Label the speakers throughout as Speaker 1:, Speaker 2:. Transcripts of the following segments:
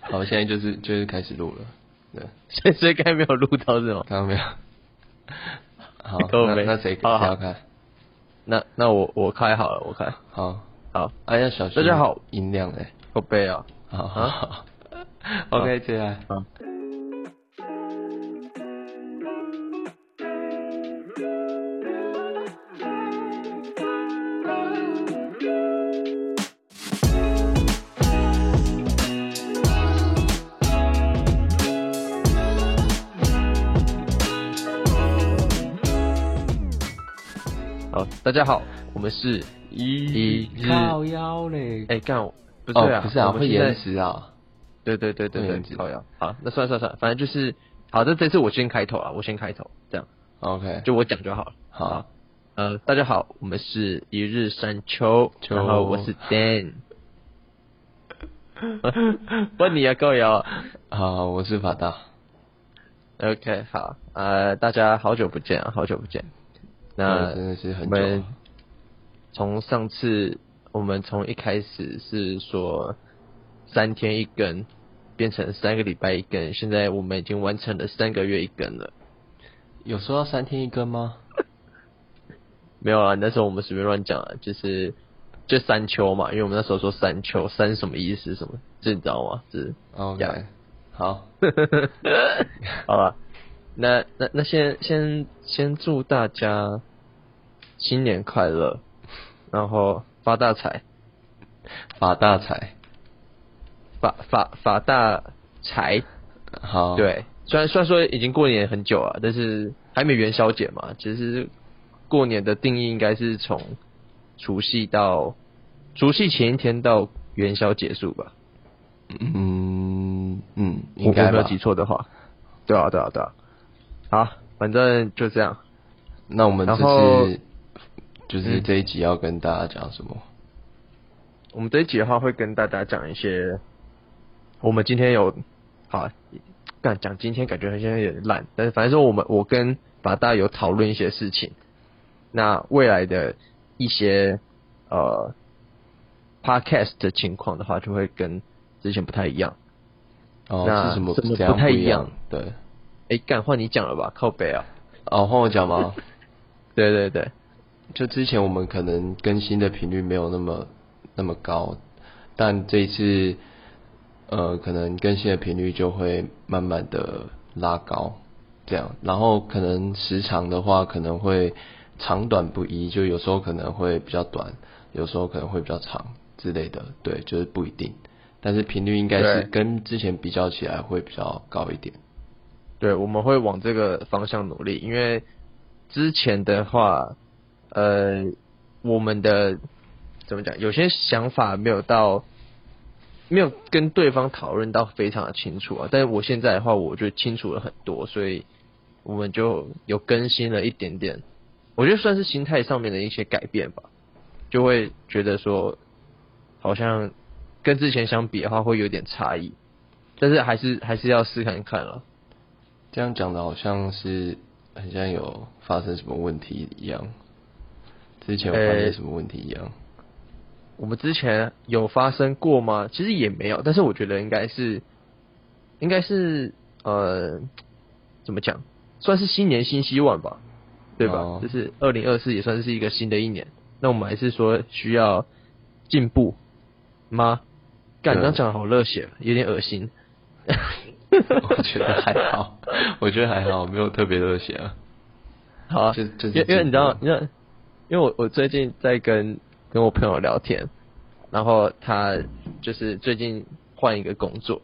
Speaker 1: 好，现在就是就是开始录了，对，
Speaker 2: 所以所以刚才没有录到是吗？
Speaker 1: 看到没有？好，
Speaker 2: 够
Speaker 1: 那
Speaker 2: 没
Speaker 1: 那谁谁
Speaker 2: 好好
Speaker 1: 要开？
Speaker 2: 那那我我开好了，我开
Speaker 1: 好，
Speaker 2: 好，
Speaker 1: 哎要小心，
Speaker 2: 大家好，
Speaker 1: 音量嘞，
Speaker 2: 我背啊，
Speaker 1: 好好
Speaker 2: 啊
Speaker 1: 好，OK，接下来，
Speaker 2: 好，好，大家好，我们是一日
Speaker 3: 靠腰嘞，
Speaker 2: 哎干，不对
Speaker 1: 哦
Speaker 2: 啊，，
Speaker 1: 不是啊，
Speaker 2: 我们
Speaker 1: 会
Speaker 2: 现在
Speaker 1: 延迟啊，
Speaker 2: 对对对对
Speaker 1: 会
Speaker 2: 对
Speaker 1: 延迟，
Speaker 2: 靠腰。好，那算了算了算了，反正就是好，这这次我先开头啊，我先开头，这样
Speaker 1: OK，
Speaker 2: 就我讲就好了。
Speaker 1: 好，
Speaker 2: 呃，大家好，我们是一日山丘，
Speaker 1: 丘
Speaker 2: 然后我 是 Dan。问你啊，够瑶。
Speaker 1: 好，我是法大，
Speaker 2: OK，好，呃，大家好久不见啊，好久不见。那
Speaker 1: 对真的是很
Speaker 2: 我
Speaker 1: 久
Speaker 2: 们
Speaker 1: 了，
Speaker 2: 从上次我们从一开始是说三天一根，变成三个礼拜一根，现在我们已经完成了三个月一根了。
Speaker 1: 有说要三天一根吗？
Speaker 2: 没有啊，那时候我们随便乱讲啊，就是就三秋嘛，因为我们那时候说三秋，三什么意思什么，这你知道吗？是
Speaker 1: OK，
Speaker 2: 呀
Speaker 1: 好，
Speaker 2: 好吧？那那那先先先祝大家新年快乐，然后发大财，
Speaker 1: 法大财，
Speaker 2: 发发发大财。
Speaker 1: 好，，
Speaker 2: 对，虽然虽然说已经过年很久了，但是还没元宵节嘛，其实过年的定义应该是从除夕到除夕前一天到元宵结束吧，
Speaker 1: 嗯嗯，
Speaker 2: 我
Speaker 1: 应该
Speaker 2: 我没有
Speaker 1: 吧
Speaker 2: 记，错的话。对啊，对啊，对啊。好，反正就这样。
Speaker 1: 那我们这
Speaker 2: 然后
Speaker 1: 次就是
Speaker 2: 嗯
Speaker 1: 这一集要跟大家讲什么？
Speaker 2: 我们这一集的话会跟大家讲一些，我们今天有好干讲今天感觉好像有点烂，但是反正说我们我跟把大家有讨论一些事情，那未来的一些呃 podcast 的情况的话，就会跟之前不太一样。
Speaker 1: 哦，
Speaker 2: 那
Speaker 1: 是什么
Speaker 2: 怎么
Speaker 1: 怎样
Speaker 2: 不太
Speaker 1: 一
Speaker 2: 一样？
Speaker 1: 对，
Speaker 2: 哎，干换你讲了吧，靠北啊！
Speaker 1: 哦，换我讲 吗？
Speaker 2: 对对对，
Speaker 1: 就之前我们可能更新的频率没有那么那么高，但这一次呃，可能更新的频率就会慢慢的拉高，这样，然后可能时长的话可能会长短不一，就有时候可能会比较短，有时候可能会比较长之类的，对，就是不一定，但是频率应该是
Speaker 2: 对
Speaker 1: 跟之前比较起来会比较高一点。
Speaker 2: 对，我们会往这个方向努力，因为之前的话，呃，我们的怎么讲，有些想法没有到，没有跟对方讨论到非常的清楚啊。但是我现在的话，我就清楚了很多，所以我们就有更新了一点点，我觉得算是心态上面的一些改变吧，就会觉得说，好像跟之前相比的话会有点差异，但是还是还是要试看啊看了。
Speaker 1: 这样讲的好像是很像有发生什么问题一样，之前有发生
Speaker 2: 呃
Speaker 1: 什么问题一 样。
Speaker 2: 我们之前有发生过吗？其实也没有，但是我觉得应该是，应该是呃，怎么讲，算是新年新希望吧，对吧？
Speaker 1: 哦
Speaker 2: 就是二零二四也算是一个新的一年，那我们还是说需要进步吗？干，
Speaker 1: 对
Speaker 2: 刚讲的好热血，有点恶心。
Speaker 1: 我觉得还好，我觉得还好，没有特别热血啊。
Speaker 2: 好啊，
Speaker 1: 就就是
Speaker 2: 因为
Speaker 1: 进
Speaker 2: 因
Speaker 1: 步
Speaker 2: 为你知道，你知道，因为我我最近在跟跟我朋友聊天，然后他就是最近换一个工作，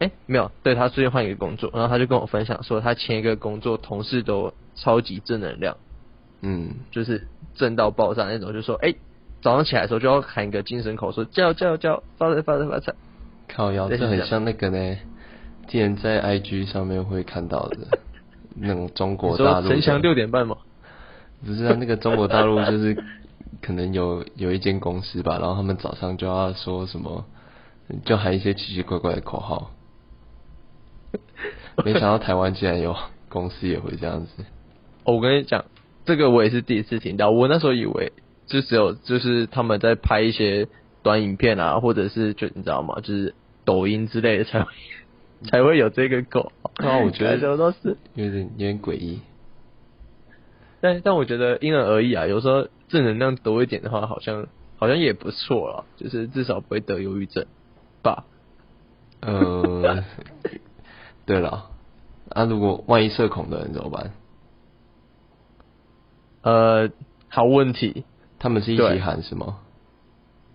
Speaker 2: 哎、没有，对他最近换一个工作，然后他就跟我分享说，他前一个工作同事都超级正能量，
Speaker 1: 嗯，
Speaker 2: 就是正到爆炸那种，就说，哎、早上起来的时候就要喊一个精神口说，叫叫叫，发财发财发财，
Speaker 1: 靠腰，
Speaker 2: 类似
Speaker 1: 这很
Speaker 2: 这样
Speaker 1: 像那个呢，之前在 IG 上面会看到的那种中国
Speaker 2: 你
Speaker 1: 大
Speaker 2: 说
Speaker 1: 陆
Speaker 2: 陈翔
Speaker 1: 的，
Speaker 2: 六点半吗？
Speaker 1: 不是啊，那个中国大陆 就是可能有有一间公司吧，然后他们早上就要说什么，就喊一些奇奇怪怪的口号。没想到台湾竟然有公司也会这样子。
Speaker 2: 哦我跟你讲，这个我也是第一次听到。我那时候以为就只有就是他们在拍一些短影片啊，或者是就你知道吗？就是抖音之类的才会才会有这个狗。
Speaker 1: 啊我 觉得
Speaker 2: 什么都是，
Speaker 1: 有点有点诡异。
Speaker 2: 但但我觉得因人而异啊。有时候正能量多一点的话，好像好像也不错了，就是至少不会得忧郁症吧。
Speaker 1: 呃， 对了，啊，如果万一社恐的人怎么办？
Speaker 2: 呃，好问题，
Speaker 1: 他们是一
Speaker 2: 对
Speaker 1: 起喊是吗？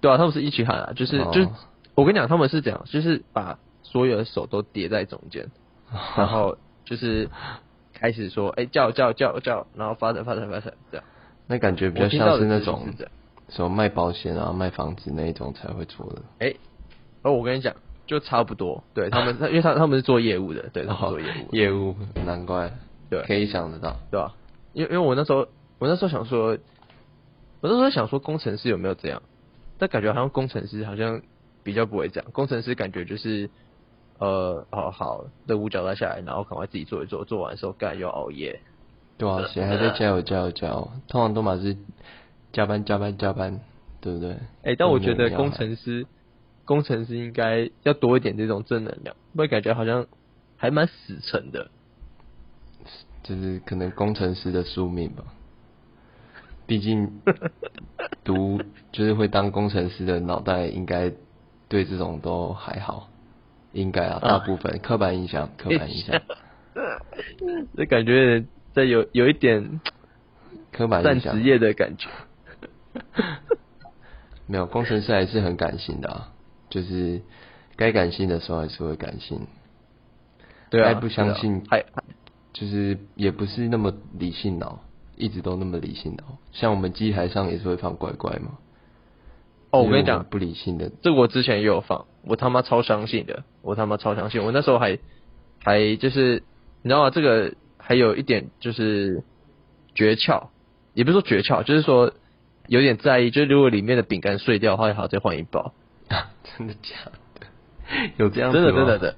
Speaker 2: 对啊，他们是一起喊啊，就是、
Speaker 1: 哦
Speaker 2: 就是我跟你讲，他们是这样，就是把所有的手都叠在中间，然后就是开始说，哎、叫叫叫叫，然后发财发财发财这样。
Speaker 1: 那感觉比较
Speaker 2: 我听到
Speaker 1: 像
Speaker 2: 的
Speaker 1: 是那
Speaker 2: 资讯
Speaker 1: 种
Speaker 2: 是这样
Speaker 1: 什么卖保险啊、卖房子那一种才会做的。
Speaker 2: 哎、哦，我跟你讲，就差不多，对 他们，因为他他们是做业务的，对，他们做业务的，
Speaker 1: 哦业务，难怪，
Speaker 2: 对
Speaker 1: 可以想得到。
Speaker 2: 对吧？因为因为我那时候，我那时候想说，我那时候想说工程师有没有这样，但感觉好像工程师好像比较不会这样，工程师感觉就是。呃，好好，任务交代下来，然后赶快自己做一做，做完的时候干又熬夜，
Speaker 1: 对啊，谁还在加油加油加油？通常都嘛是加班加班加班，对不对？
Speaker 2: 哎、但我觉
Speaker 1: 没有
Speaker 2: 得
Speaker 1: 要
Speaker 2: 工
Speaker 1: 喊
Speaker 2: 程师，工程师应该要多一点这种正能量，不然感觉好像还蛮死沉的。
Speaker 1: 就是可能工程师的宿命吧。毕竟读就是会当工程师的脑袋，应该对这种都还好，应该啊，
Speaker 2: 啊
Speaker 1: 大部分刻板印象，刻板印 象，
Speaker 2: 这感觉在有有一点
Speaker 1: 刻板
Speaker 2: 占
Speaker 1: 印象
Speaker 2: 职，业的感觉。
Speaker 1: 没有工程师还是很感性的啊，就是该感性的时候还是会感性，
Speaker 2: 对啊，
Speaker 1: 还不相信
Speaker 2: 对啊还
Speaker 1: 就是也不是那么理性脑，一直都那么理性脑，像我们机台上也是会放乖乖嘛。
Speaker 2: 哦，
Speaker 1: 就是
Speaker 2: 我跟你
Speaker 1: 们
Speaker 2: 讲，
Speaker 1: 不理性的
Speaker 2: 这个我之前也有放，我他妈超相信的，我他妈超相信，我那时候还还就是你知道吗？这个还有一点就是诀窍，也不是说诀窍，就是说有点在意，就是如果里面的饼干碎掉的话，还好再换一包。
Speaker 1: 真的假的？有这样子
Speaker 2: 真的
Speaker 1: 吗
Speaker 2: 真的真的。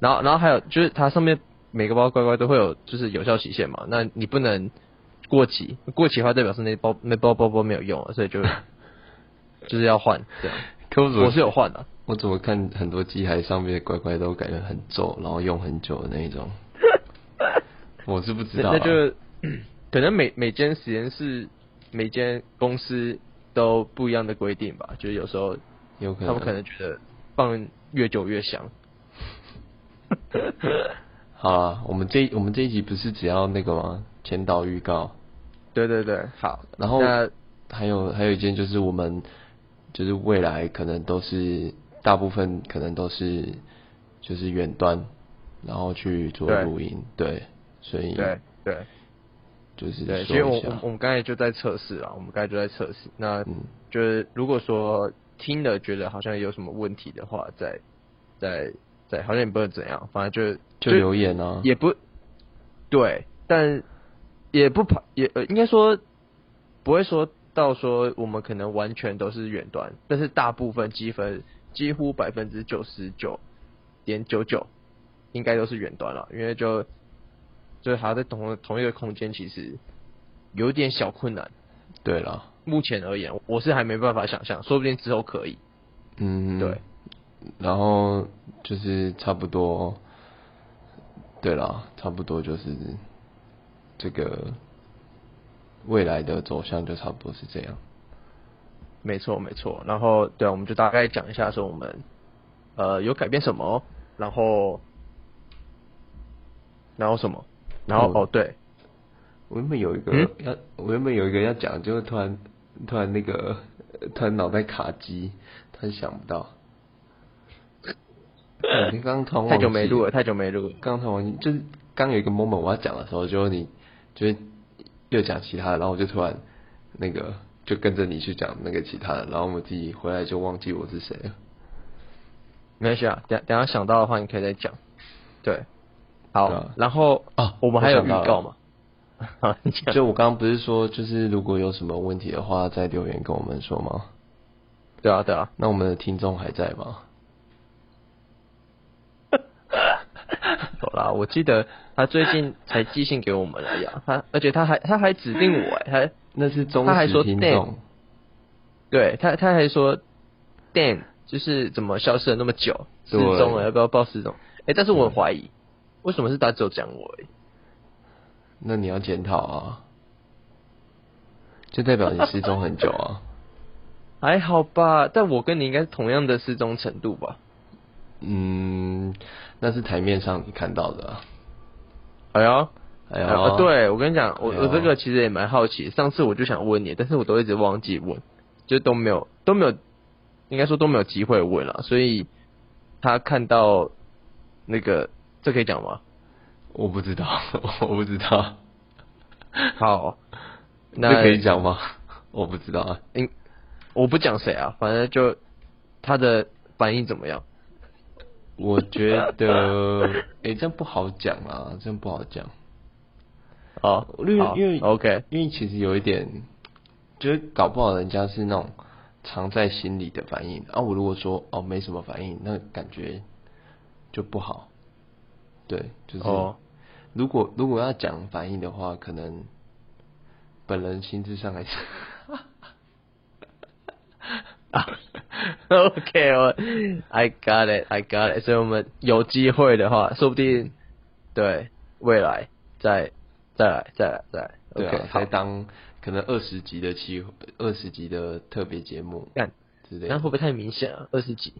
Speaker 2: 然后然后还有就是它上面每个包乖乖都会有就是有效期限嘛，那你不能过期，过期的话代表是那包那包包包没有用了，所 以就就是要换这样。
Speaker 1: 可我怎么
Speaker 2: 我是有换的、
Speaker 1: 我怎么看很多机台上面的乖乖都感觉很皱，然后用很久的那一种？我是不知道、
Speaker 2: 那
Speaker 1: 啊，
Speaker 2: 那就可能每每间实验室每间公司都不一样的规定吧，就是有时候
Speaker 1: 有可
Speaker 2: 他
Speaker 1: 能，
Speaker 2: 们可能觉得放越久越香。
Speaker 1: 好啊。我们这我们这一集不是只要那个吗？前导预告，
Speaker 2: 对对对，好，
Speaker 1: 然后
Speaker 2: 那
Speaker 1: 还有还有一件就是我们就是未来可能都是大部分可能都是就是远端，然后去做
Speaker 2: 对
Speaker 1: 录音，对，所以
Speaker 2: 对对。
Speaker 1: 就是
Speaker 2: 对，
Speaker 1: 说
Speaker 2: 所以我
Speaker 1: 一
Speaker 2: 我
Speaker 1: 下
Speaker 2: 我，们刚才就在测试啊，我们刚才就在测试。那
Speaker 1: 嗯
Speaker 2: 就是如果说听了觉得好像有什么问题的话，再再再好像也不能怎样，反正就
Speaker 1: 就留言啊，
Speaker 2: 也不对，但也不排也呃，应该说不会说到说我们可能完全都是远端，但是大部分积分几乎百分之九十九点九九应该都是远端了，因为就就还要在同同一个空间，其实有点小困难。
Speaker 1: 对了。
Speaker 2: 目前而言，我是还没办法想象，说不定之后可以。
Speaker 1: 嗯，
Speaker 2: 对。
Speaker 1: 然后就是差不多，对啦，差不多就是这个未来的走向就差不多是这样。
Speaker 2: 没错，没错。然后，对啊，我们就大概讲一下说我们呃有改变什么，然后然后什么，然后、
Speaker 1: 哦
Speaker 2: 哦对，
Speaker 1: 我原本有一个、
Speaker 2: 嗯
Speaker 1: 要，我原本有一个要讲，就是突然突然那个突然脑袋卡机，突然想不到。我刚刚突然忘
Speaker 2: 太久没
Speaker 1: 记
Speaker 2: 录了，太久没录了。
Speaker 1: 刚才我就是刚有一个 moment 我要讲的时候，就是你就是又讲其他的，然后我就突然那个就跟着你去讲那个其他的，然后我们自己回来就忘记我是谁 了。
Speaker 2: 没关系啊，等等一下想到的话，你可以再讲。对，好，
Speaker 1: 对啊
Speaker 2: 然后
Speaker 1: 啊
Speaker 2: 我们还
Speaker 1: 我想
Speaker 2: 有预
Speaker 1: 到了
Speaker 2: 告嘛？好，你讲
Speaker 1: 就我刚刚不是说，就是如果有什么问题的话，再留言跟我们说吗？
Speaker 2: 对啊，对啊，
Speaker 1: 那我们的听众还在吗？
Speaker 2: 有啦，我记得他最近才寄信给我们了呀，他而且他还他还指定我哎，还
Speaker 1: 那是忠
Speaker 2: 他还
Speaker 1: 实
Speaker 2: 说
Speaker 1: 听
Speaker 2: 对
Speaker 1: 众，
Speaker 2: 对他他还说 Dan 就是怎么消失了那么久，失
Speaker 1: 对
Speaker 2: 踪了，要不要报失踪？哎、但是我很怀疑，为什么是他只有讲我、欸？
Speaker 1: 那你要检讨啊，就代表你失踪很久 啊。
Speaker 2: 还好吧，但我跟你应该是同样的失踪程度吧？
Speaker 1: 嗯，那是台面上你看到的、啊。
Speaker 2: 哎呀，
Speaker 1: 哎
Speaker 2: 哎呦
Speaker 1: 呀，，
Speaker 2: 对我跟你讲，我、
Speaker 1: 哎呦
Speaker 2: 我这个其实也蛮好奇，上次我就想问你，但是我都一直忘记问，就都没有都没有，应该说都没有机会问了，所以他看到那个这可以讲吗？
Speaker 1: 我不知道， 我不知道，
Speaker 2: 好，那
Speaker 1: 这可以讲吗？ 我不知道啊。
Speaker 2: 我不讲谁啊，反正就他的反应怎么样？
Speaker 1: 我觉得，哎、这样不好讲啊，这样不好讲。
Speaker 2: 哦，
Speaker 1: 因为
Speaker 2: 好
Speaker 1: 因为
Speaker 2: OK，
Speaker 1: 因为其实有一点，就是搞不好人家是那种藏在心里的反应啊。我如果说哦没什么反应，那感觉就不好。对，就是、
Speaker 2: 哦，
Speaker 1: 如果如果要讲反应的话，可能本人心智上还 是
Speaker 2: OK，我 I got it, I got it。所以我们有机会的话，说不定对未来再再来再来再来。
Speaker 1: 对
Speaker 2: OK，
Speaker 1: 啊，
Speaker 2: 好
Speaker 1: 才当可能二十集的期二十集的特别节目
Speaker 2: 干，
Speaker 1: 之类
Speaker 2: 那
Speaker 1: 的。
Speaker 2: 会不会太明显啊？二十集？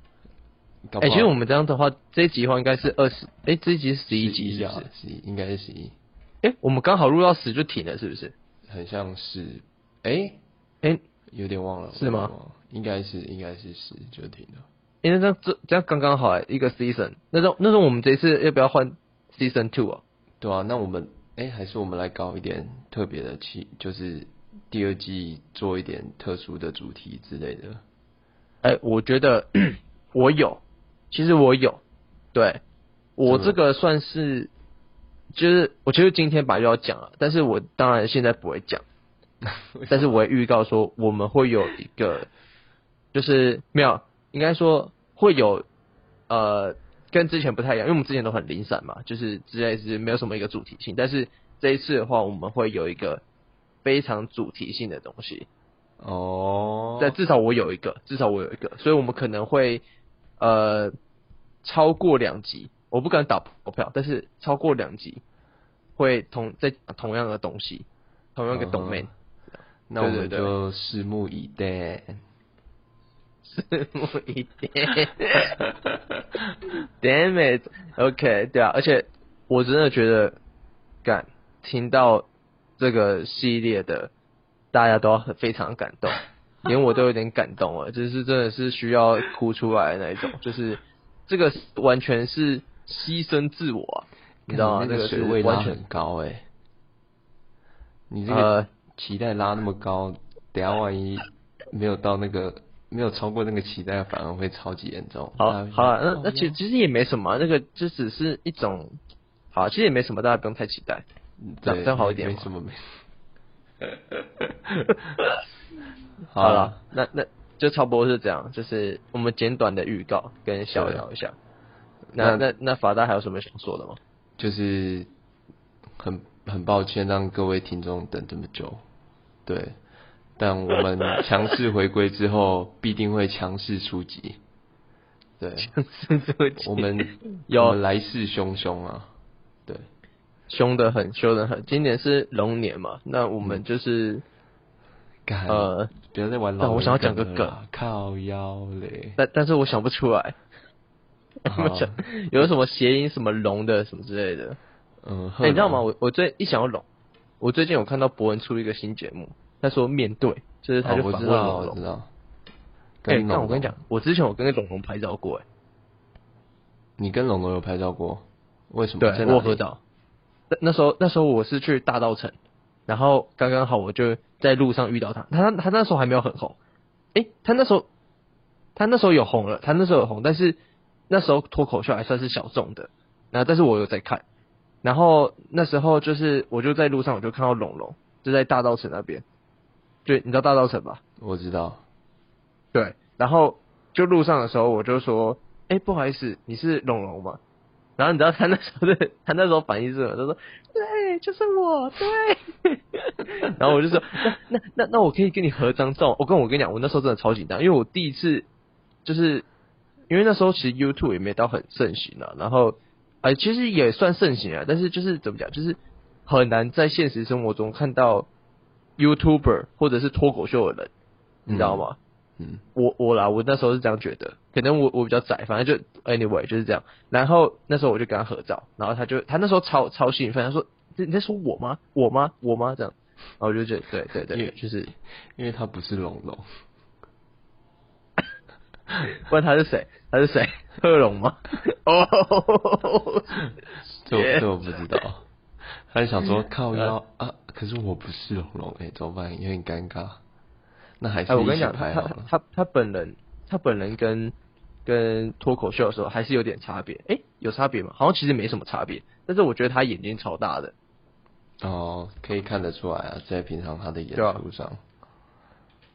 Speaker 1: 搞不
Speaker 2: 哎、
Speaker 1: 好
Speaker 2: 其实我们这样的话，这一集的话应该是二十，哎，这一集是十一集是不
Speaker 1: 啊
Speaker 2: 是？，
Speaker 1: 十一应该是十一，
Speaker 2: 哎、我们刚好录到十就停了，是不是？
Speaker 1: 很像是哎。
Speaker 2: 哎、
Speaker 1: 有点忘了，
Speaker 2: 是吗
Speaker 1: 我有点忘了？应该是，应该是十就停了。
Speaker 2: 哎、那这样这这样刚刚好、哎，一个 season。那种那种我们这一次要不要换 season two 啊？
Speaker 1: 对啊，那我们哎、还是我们来搞一点特别的期，就是第二季做一点特殊的主题之类的。
Speaker 2: 哎、我觉得我有，其实我有，对我
Speaker 1: 真的
Speaker 2: 这个算是，就是我其实今天本来就要讲了，但是我当然现在不会讲，但是我会预告说我们会有一个，就是没有，应该说会有，呃，跟之前不太一样，因为我们之前都很零散嘛，就是之类是没有什么一个主题性，但是这一次的话，我们会有一个非常主题性的东西，
Speaker 1: 哦，
Speaker 2: 但至少我有一个，至少我有一个，所以我们可能会呃超过两集，我不敢打投票，但是超过两集会同在讲同样的东西，同样一个
Speaker 1: 嗯哼
Speaker 2: domain，、
Speaker 1: 那我
Speaker 2: 对
Speaker 1: 们
Speaker 2: 对对
Speaker 1: 就拭目以待。
Speaker 2: 拭 目以待。Damn it，OK，、对啊，而且我真的觉得，感听到这个系列的，大家都很非常感动，连我都有点感动了，就是真的是需要哭出来的那一种，就是这个完全是牺牲自我啊、你知道吗？
Speaker 1: 那
Speaker 2: 这
Speaker 1: 个
Speaker 2: 个
Speaker 1: 水
Speaker 2: 是
Speaker 1: 位拉
Speaker 2: 完全
Speaker 1: 很高哎、你这个
Speaker 2: 呃
Speaker 1: 期待拉那么高，等一下万一没有到那个没有超过那个期待，反而会超级严重。
Speaker 2: 好
Speaker 1: 大家会
Speaker 2: 好啊，
Speaker 1: 想
Speaker 2: 那那
Speaker 1: 哦
Speaker 2: 其实其实也没什么啊，那个就只是一种，好，其实也没什么，大家不用太期待。这
Speaker 1: 嗯
Speaker 2: 样
Speaker 1: 对
Speaker 2: 这样好一点
Speaker 1: 没
Speaker 2: 吗
Speaker 1: 什 么没好
Speaker 2: 好
Speaker 1: 啊
Speaker 2: 了，那那就差不多是这样，就是我们简短的预告跟小聊一下。那
Speaker 1: 那
Speaker 2: 那那法大还有什么想说的吗？
Speaker 1: 就是很很抱歉让各位听众等这么久，对，但我 们强势回归之后必定会强势出击，对，我们
Speaker 2: 有
Speaker 1: 我们来势汹汹啊，对，
Speaker 2: 凶得很，凶得很。今年是龙年嘛，那我
Speaker 1: 嗯
Speaker 2: 们就是、
Speaker 1: 干，
Speaker 2: 呃，
Speaker 1: 不要再玩老
Speaker 2: 但我
Speaker 1: 人
Speaker 2: 想要讲个
Speaker 1: 了
Speaker 2: 梗
Speaker 1: 啦，靠腰 嘞，
Speaker 2: 但但是我想不出来，
Speaker 1: 好
Speaker 2: 我想有什么谐音什么龙的什么之类的。
Speaker 1: 嗯，
Speaker 2: 哎、你知道吗？我我最一想要龙，我最近有看到博文出一个新节目，他说面对，就是他
Speaker 1: 哦
Speaker 2: 就
Speaker 1: 我
Speaker 2: 访
Speaker 1: 知
Speaker 2: 问
Speaker 1: 道，
Speaker 2: 龙
Speaker 1: 我知
Speaker 2: 龙。
Speaker 1: 道。
Speaker 2: 哎、
Speaker 1: 龙
Speaker 2: 但我跟
Speaker 1: 龙
Speaker 2: 你讲，，我之前我跟龙龙拍照过、哎。
Speaker 1: 你跟龙龙有拍照过？为什么？在
Speaker 2: 对，
Speaker 1: 哪
Speaker 2: 我
Speaker 1: 里
Speaker 2: 喝到。那那时候那时候我是去大道城，然后刚刚好我就在路上遇到他，他他那时候还没有很红，诶、他那时候他那时候有红了，他那时候有红，但是那时候脱口秀还算是小众的，然后但是我有在看，然后那时候就是我就在路上我就看到龙龙，就在大道城那边，对，你知道大道城吧？
Speaker 1: 我知道，
Speaker 2: 对，然后就路上的时候，我就说，哎、不好意思，你是龙龙吗？然后你知道他那时候的，他那时候反应是什么？他说，对，就是我，对。 然后我就说，那那那那我可以跟你合张照吗？我跟我跟你讲，我那时候真的超紧张，因为我第一次就是因为那时候其实 YouTube 也没到很盛行啊，然后呃其实也算盛行啊，但是就是怎么讲，就是很难在现实生活中看到 YouTuber 或者是脱口秀的人，你知道吗？
Speaker 1: 嗯
Speaker 2: 我我啦，我那时候是这样觉得，可能我我比较窄，反正就 anyway 就是这样。然后那时候我就跟他合照，然后他就他那时候超超兴奋，他说你你在说我吗？我吗？我吗？这样，然后我就觉得对对
Speaker 1: 因
Speaker 2: 对
Speaker 1: 为，
Speaker 2: 就是
Speaker 1: 因为他不是龙龙，
Speaker 2: 不然他是谁？他是谁？贺龙吗？哦，
Speaker 1: 这我
Speaker 2: Yeah
Speaker 1: 这我不知道。他就想 说
Speaker 2: 呃
Speaker 1: 靠腰啊，可是我不是龙龙，哎、怎么办？有点尴尬。那还是
Speaker 2: 哎，我
Speaker 1: 一
Speaker 2: 跟你
Speaker 1: 起
Speaker 2: 讲，他
Speaker 1: 拍好
Speaker 2: 他
Speaker 1: 了。
Speaker 2: 他他本人，他本人跟跟脱口秀的时候还是有点差别。哎、有差别吗？好像其实没什么差别，但是我觉得他眼睛超大的。
Speaker 1: 哦，可以看得出来啊，在平常他的演
Speaker 2: 对啊
Speaker 1: 出上，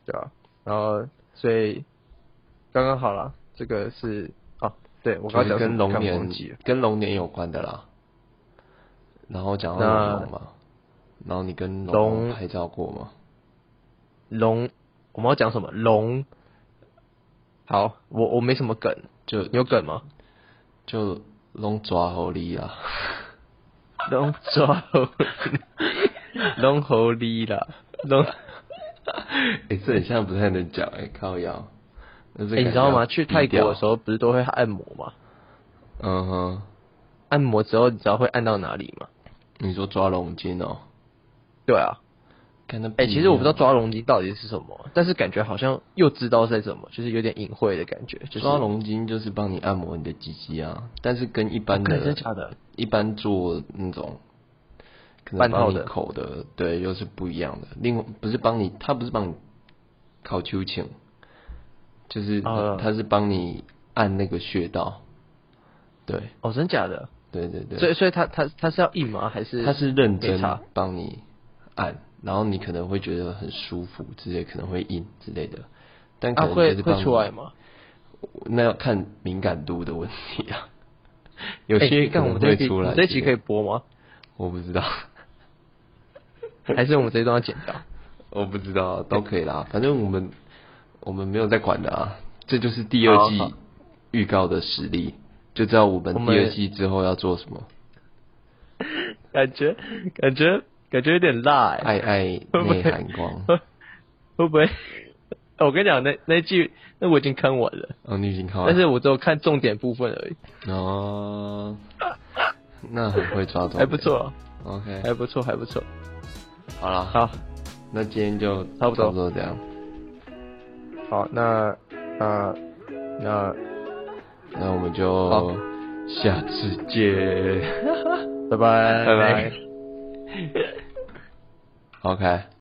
Speaker 2: 对啊，然后所以刚刚好了，这个是哦，对我
Speaker 1: 我
Speaker 2: 刚刚讲什
Speaker 1: 跟
Speaker 2: 么
Speaker 1: 龙
Speaker 2: 干嘛
Speaker 1: 年
Speaker 2: 忘记了
Speaker 1: 跟龙年有关的啦。然后讲到
Speaker 2: 那
Speaker 1: 龙龙嘛，然后你跟
Speaker 2: 龙
Speaker 1: 龙拍照过吗？
Speaker 2: 龙，我们要讲什么龙？好，我我没什么梗，
Speaker 1: 就
Speaker 2: 你有梗吗？
Speaker 1: 就龙爪猴力 啊，
Speaker 2: 龙爪 猴，龙猴狸啦， 龙。
Speaker 1: 哎、这很像不太能讲哎、靠腰。那这
Speaker 2: 哎、你知道吗？
Speaker 1: 感觉
Speaker 2: 去
Speaker 1: 要
Speaker 2: 泰
Speaker 1: 低调
Speaker 2: 国的时，候不是都会按摩吗？
Speaker 1: 嗯哼，
Speaker 2: 按摩之后，你知道会按到哪里吗？
Speaker 1: 你说抓龙筋哦、
Speaker 2: 对啊，
Speaker 1: 看那啊
Speaker 2: 哎、
Speaker 1: 不一
Speaker 2: 其实我不知道
Speaker 1: 样
Speaker 2: 抓龙筋到底是什么，但是感觉好像又知道是什么，就是有点隐晦的感觉。就是、
Speaker 1: 抓龙筋就是帮你按摩你的鸡鸡啊，但是跟一般
Speaker 2: 干，
Speaker 1: 的
Speaker 2: 哦真的假的？
Speaker 1: 一般做那种可
Speaker 2: 半
Speaker 1: 能
Speaker 2: 套
Speaker 1: 帮你
Speaker 2: 的
Speaker 1: 口的，对，又是不一样的。另外不是帮你，他不是帮你烤秋千，就是
Speaker 2: 啊
Speaker 1: 他是帮你按那个穴道。对
Speaker 2: 哦，真的假的？
Speaker 1: 对对对，
Speaker 2: 所以所以他他他是要硬吗？还是
Speaker 1: 他是认
Speaker 2: 没
Speaker 1: 真
Speaker 2: 差
Speaker 1: 帮你按，然后你可能会觉得很舒服之类，可能会硬之类的，但可
Speaker 2: 啊
Speaker 1: 能
Speaker 2: 会
Speaker 1: 就是帮
Speaker 2: 会
Speaker 1: 你
Speaker 2: 出来吗？
Speaker 1: 那要看敏感度的问题 啊。有些
Speaker 2: 哎
Speaker 1: 可
Speaker 2: 干、我
Speaker 1: 能
Speaker 2: 们这
Speaker 1: 会
Speaker 2: 一集
Speaker 1: 出
Speaker 2: 我
Speaker 1: 来
Speaker 2: 们
Speaker 1: 之类的，
Speaker 2: 这一集可以播吗？
Speaker 1: 我不知道，
Speaker 2: 还是我们这一段要剪掉？
Speaker 1: 我不知道，都可以啦。反正我们我们没有在管的啊，这就是第二季
Speaker 2: 好好
Speaker 1: 预告的实力，就知道我们
Speaker 2: 我们
Speaker 1: 第二季之后要做什么。
Speaker 2: 感觉感觉感觉有点辣、欸，
Speaker 1: 爱爱
Speaker 2: 会不会
Speaker 1: 内涵光，
Speaker 2: 会 会不会？ 我跟你讲，那那一季那我已经看完了，
Speaker 1: 哦，你已经看完
Speaker 2: 但
Speaker 1: 了，
Speaker 2: 是我只有看重点部分而已，
Speaker 1: 哦，那很会抓重，
Speaker 2: 还不。错啊，
Speaker 1: OK，
Speaker 2: 还不错，还不错。
Speaker 1: 好了，
Speaker 2: 好，
Speaker 1: 那今天就
Speaker 2: 差不多
Speaker 1: 差不多这样。
Speaker 2: 好，那呃那
Speaker 1: 那我们
Speaker 2: 好
Speaker 1: 就下次见。
Speaker 2: 拜拜
Speaker 1: 拜拜。OK。